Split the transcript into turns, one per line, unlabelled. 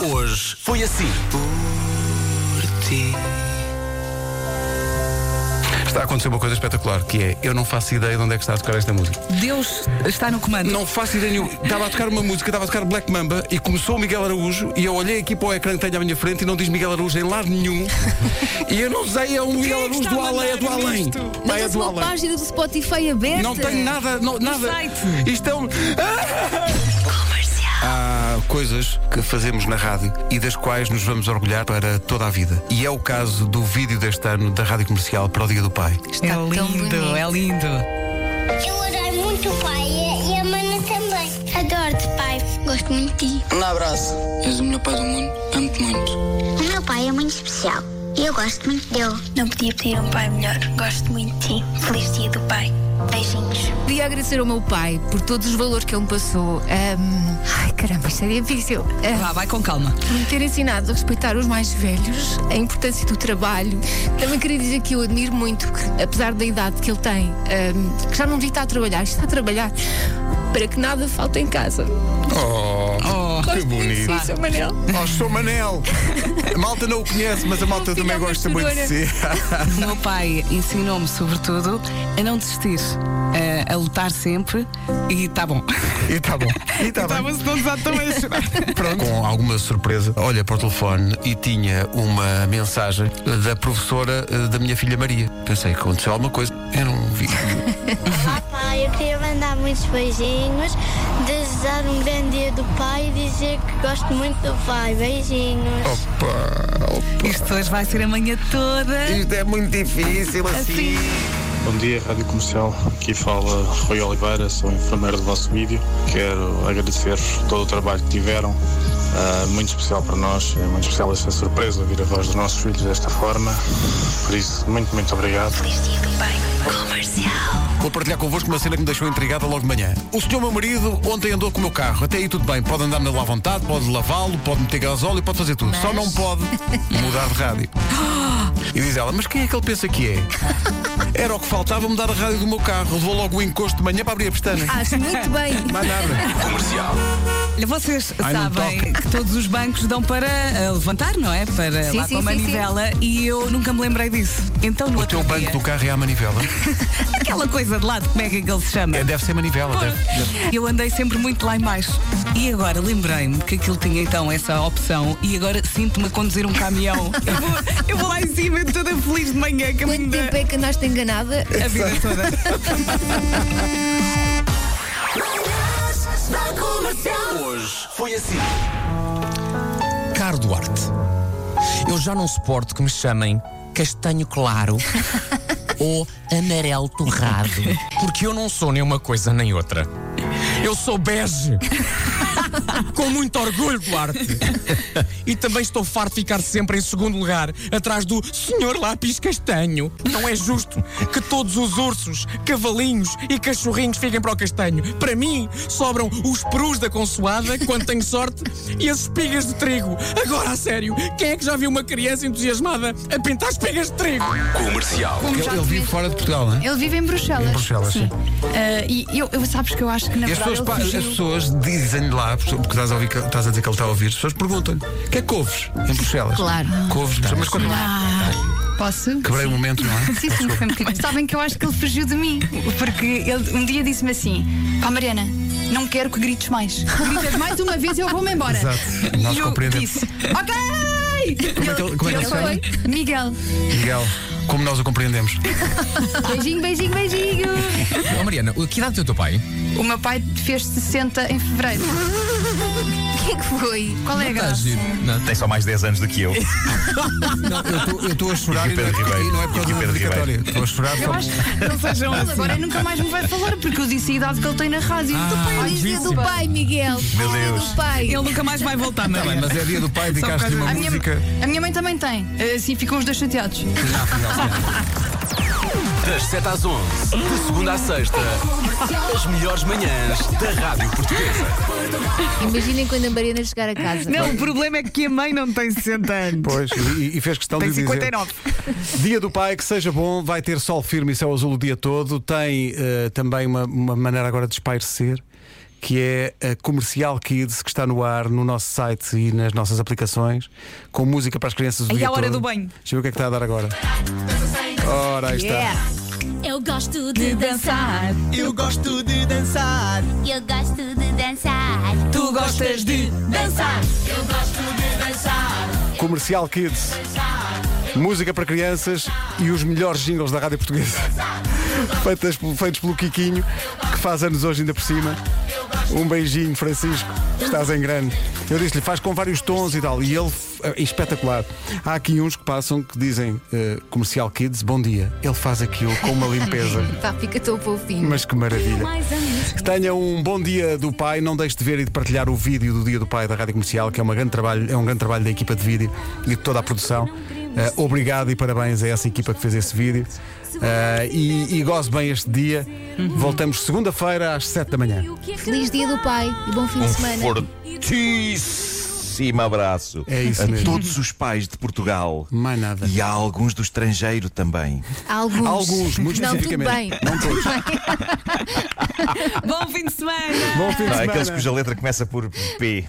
Hoje foi assim. Está a acontecer uma coisa espetacular, que é eu não faço ideia de onde é que está a tocar esta música.
Deus está no comando.
Não faço ideia nenhuma. Estava a tocar uma música, estava a tocar Black Mamba e começou o Miguel Araújo e eu olhei aqui para o ecrã que tenho à minha frente e não diz Miguel Araújo em lado nenhum. e eu não sei, é um
Quem é
Miguel
que
Araújo
está
do
a
além, é do
mandar
além.
nisto?
Pá,
Não
é
tens
do
uma
além.
página do Spotify é aberta.
Não tenho nada, não, nada.
site.
Isto é um. Ah! Há coisas que fazemos na rádio e das quais nos vamos orgulhar para toda a vida. E é o caso do vídeo deste ano da Rádio Comercial para o Dia do Pai.
É
tão
lindo,
bonito.
é lindo.
Eu adoro muito o pai e e a mana também. Adoro-te, pai. Gosto muito de ti.
Um abraço. És o melhor pai do mundo. Amo-te muito.
O meu pai é muito especial. E eu gosto muito dele.
Não podia pedir um pai melhor. Gosto muito de ti. Feliz dia do pai. Beijinhos.
Queria agradecer ao meu pai por todos os valores que ele me passou. Ahm, ai, caramba, isto é difícil. Ah,
Vá, vai com calma.
por me ter ensinado a respeitar os mais velhos, a importância do trabalho. Também queria dizer que eu admiro muito, que, apesar da idade que ele tem, ahm, que já não devia estar a trabalhar, está a trabalhar para que nada falte em casa.
Oh, que bonito.
Isso, Manel.
Oh, sou Manel. A malta não o conhece, mas a malta
Fica
também gosta muito de si.
O meu pai ensinou-me, sobretudo, a não desistir, eh, a, a lutar sempre e tá bom.
E está bom. E está bem.
Estavam-se todos à toa a chorar.
Pronto. Com alguma surpresa, olha para o telefone e tinha uma mensagem da professora eh, da minha filha Maria. Pensei que aconteceu alguma coisa. Eu não vi.
Olá, pai. Eu queria mandar muitos beijinhos, desejar um grande dia do pai e dizer que gosto muito do pai. Beijinhos.
Opa, opa.
Isto hoje vai ser a manhã toda.
Isto é muito difícil assim.
Bom dia, Rádio Comercial. Aqui fala Rui Oliveira, sou enfermeiro do vosso vídeo. Quero agradecer-vos todo o trabalho que tiveram. Ah, muito especial para nós, é muito especial esta surpresa, ouvir a voz dos nossos filhos desta forma. Por isso, muito, muito obrigado.
Feliz dia do pai. Comercial.
Vou partilhar convosco uma cena que me deixou intrigada logo de manhã. O senhor, meu marido, ontem andou com o meu carro. Até aí tudo bem. Pode andar nele à vontade, pode lavá-lo, pode meter gasóleo, pode fazer tudo. Só não pode mudar de rádio. E diz ela, mas quem é que ele pensa que é? Era o que faltava mudar a rádio do meu carro. Levou logo o encosto de manhã para abrir a pestana.
Ah.
Acho muito bem.
Mais nada.
Olha, Vocês
Ai, não
sabem
toque.
que todos os bancos dão para ah, levantar, não é? Para
Sim,
lá
sim,
com a
sim, sim.
manivela e eu nunca me lembrei disso. Então no
O
outro
teu
dia,
banco do carro é à manivela.
aquela coisa de lado, como é que aquele se chama?
É, deve ser manivela. Deve, deve-
Eu andei sempre muito lá em baixo. E agora lembrei-me que aquilo tinha então essa opção e agora sinto-me a conduzir um caminhão. eu, vou, eu vou lá em cima toda feliz de manhã, caminho
Quanto
da,
tempo é que andaste enganada?
a vida toda.
assim.
Caro Duarte, eu já não suporto que me chamem castanho claro ou amarelo torrado, porque eu não sou nem uma coisa nem outra. Eu sou bege. Com muito orgulho, Duarte. E também estou farto de ficar sempre em segundo lugar, atrás do Senhor Lápis Castanho. Não é justo que todos os ursos, cavalinhos e cachorrinhos fiquem para o castanho. Para mim, sobram os perus da consoada, quando tenho sorte, e as espigas de trigo. Agora, a sério, quem é que já viu uma criança entusiasmada a pintar espigas de trigo?
Como já
Ele, ele
te
vive
vês.
fora de Portugal, não é?
Ele vive em Bruxelas.
Em Bruxelas, sim.
Ah, e eu, eu- sabes que eu acho que na
E as
verdade
pessoas,
ele
pa- as
fugiu.
pessoas dizem-lhe lá, porque estás a, ouvir que- estás a dizer que ele está a ouvir, as pessoas perguntam-lhe: o que é couves em Bruxelas?
Claro.
Couves, mas quando
Posso?
quebrei o momento, não é?
Sim, sim, foi um bocadinho. Sabem que eu acho que ele fugiu de mim. Porque ele um dia disse-me assim: Pá, Mariana, não quero que grites mais. Gritas mais uma vez e eu vou-me embora.
Exato. Nós
e eu
compreendemos.
disse: Ok!
Como é que ele, como é que ele
Ele
se
foi
chama?
Miguel.
Miguel, como nós o compreendemos.
Beijinho, beijinho, beijinho.
Oh, Mariana, que idade tem o teu pai?
O meu pai fez 60 em fevereiro.
O que é que foi?
Qual é a graça?
Tem só mais 10 anos do que eu.
Não, é eu estou a chorar
E o Pedro Ribeiro. E o Pedro Ribeiro.
Estou a chorar
Eu acho que não sejam assim. Agora nunca mais me vai falar porque eu disse a idade que ele tem na rádio.
Ah,
Pai, diz dia do pai, Miguel.
Meu
Dia
Deus.
do pai.
Ele nunca mais vai voltar,
Tá bem,
Mariana.
mas é dia do pai, dedicaste-lhe uma
A minha,
música.
a minha mãe também tem. Assim ficam os dois chateados.
Das 7 às 11, de segunda à sexta, as melhores manhãs da Rádio Portuguesa.
Imaginem quando a Mariana chegar a casa.
Não, o problema é que a mãe não tem 60 anos.
Pois, e, e fez questão
Tem
de dizer.
59.
Dia do Pai, que seja bom, vai ter sol firme e céu azul o dia todo. Tem eh, também uma, uma maneira agora de espairecer, que é a Comercial Kids, que está no ar no nosso site e nas nossas aplicações, com música para as crianças do
Aí
dia
à hora
todo.
do banho.
Deixa eu ver o que é que está a dar agora. Ora, aí está.
Eu gosto de dançar.
Eu gosto de dançar.
Eu gosto de dançar.
Tu gostas de dançar.
Eu gosto de dançar.
Comercial Kids. Música para crianças e os melhores jingles da rádio portuguesa. Feitas, pelo- feitos pelo Quiquinho, que faz anos hoje ainda por cima. Um beijinho, Francisco. Estás em grande. Eu disse-lhe, faz com vários tons e tal. E ele, é espetacular. Há aqui uns que passam que dizem, eh, Comercial Kids, bom dia. Ele faz aquilo com uma limpeza.
Tá, fica tão fofinho.
Mas que maravilha.
Mais
Que Tenha um bom dia do pai. Não deixe de ver e de partilhar o vídeo do dia do pai da Rádio Comercial, que é, uma grande trabalho, é um grande trabalho da equipa de vídeo e de toda a produção. Eh, obrigado e parabéns a essa equipa que fez esse vídeo. Eh, e, e goze bem este dia.
Uhum.
Voltamos segunda-feira às 7 da manhã.
Feliz dia do pai e bom fim de
Um
semana.
fortíssimo abraço
É isso
a
mesmo.
todos os pais de Portugal.
Mais nada.
E a alguns do estrangeiro também.
Alguns.
Alguns, muito
Não, tudo
especificamente.
bem.
Não
Tudo
Bom fim de semana.
Bom
Não, é aqueles cuja letra começa por P.
bem.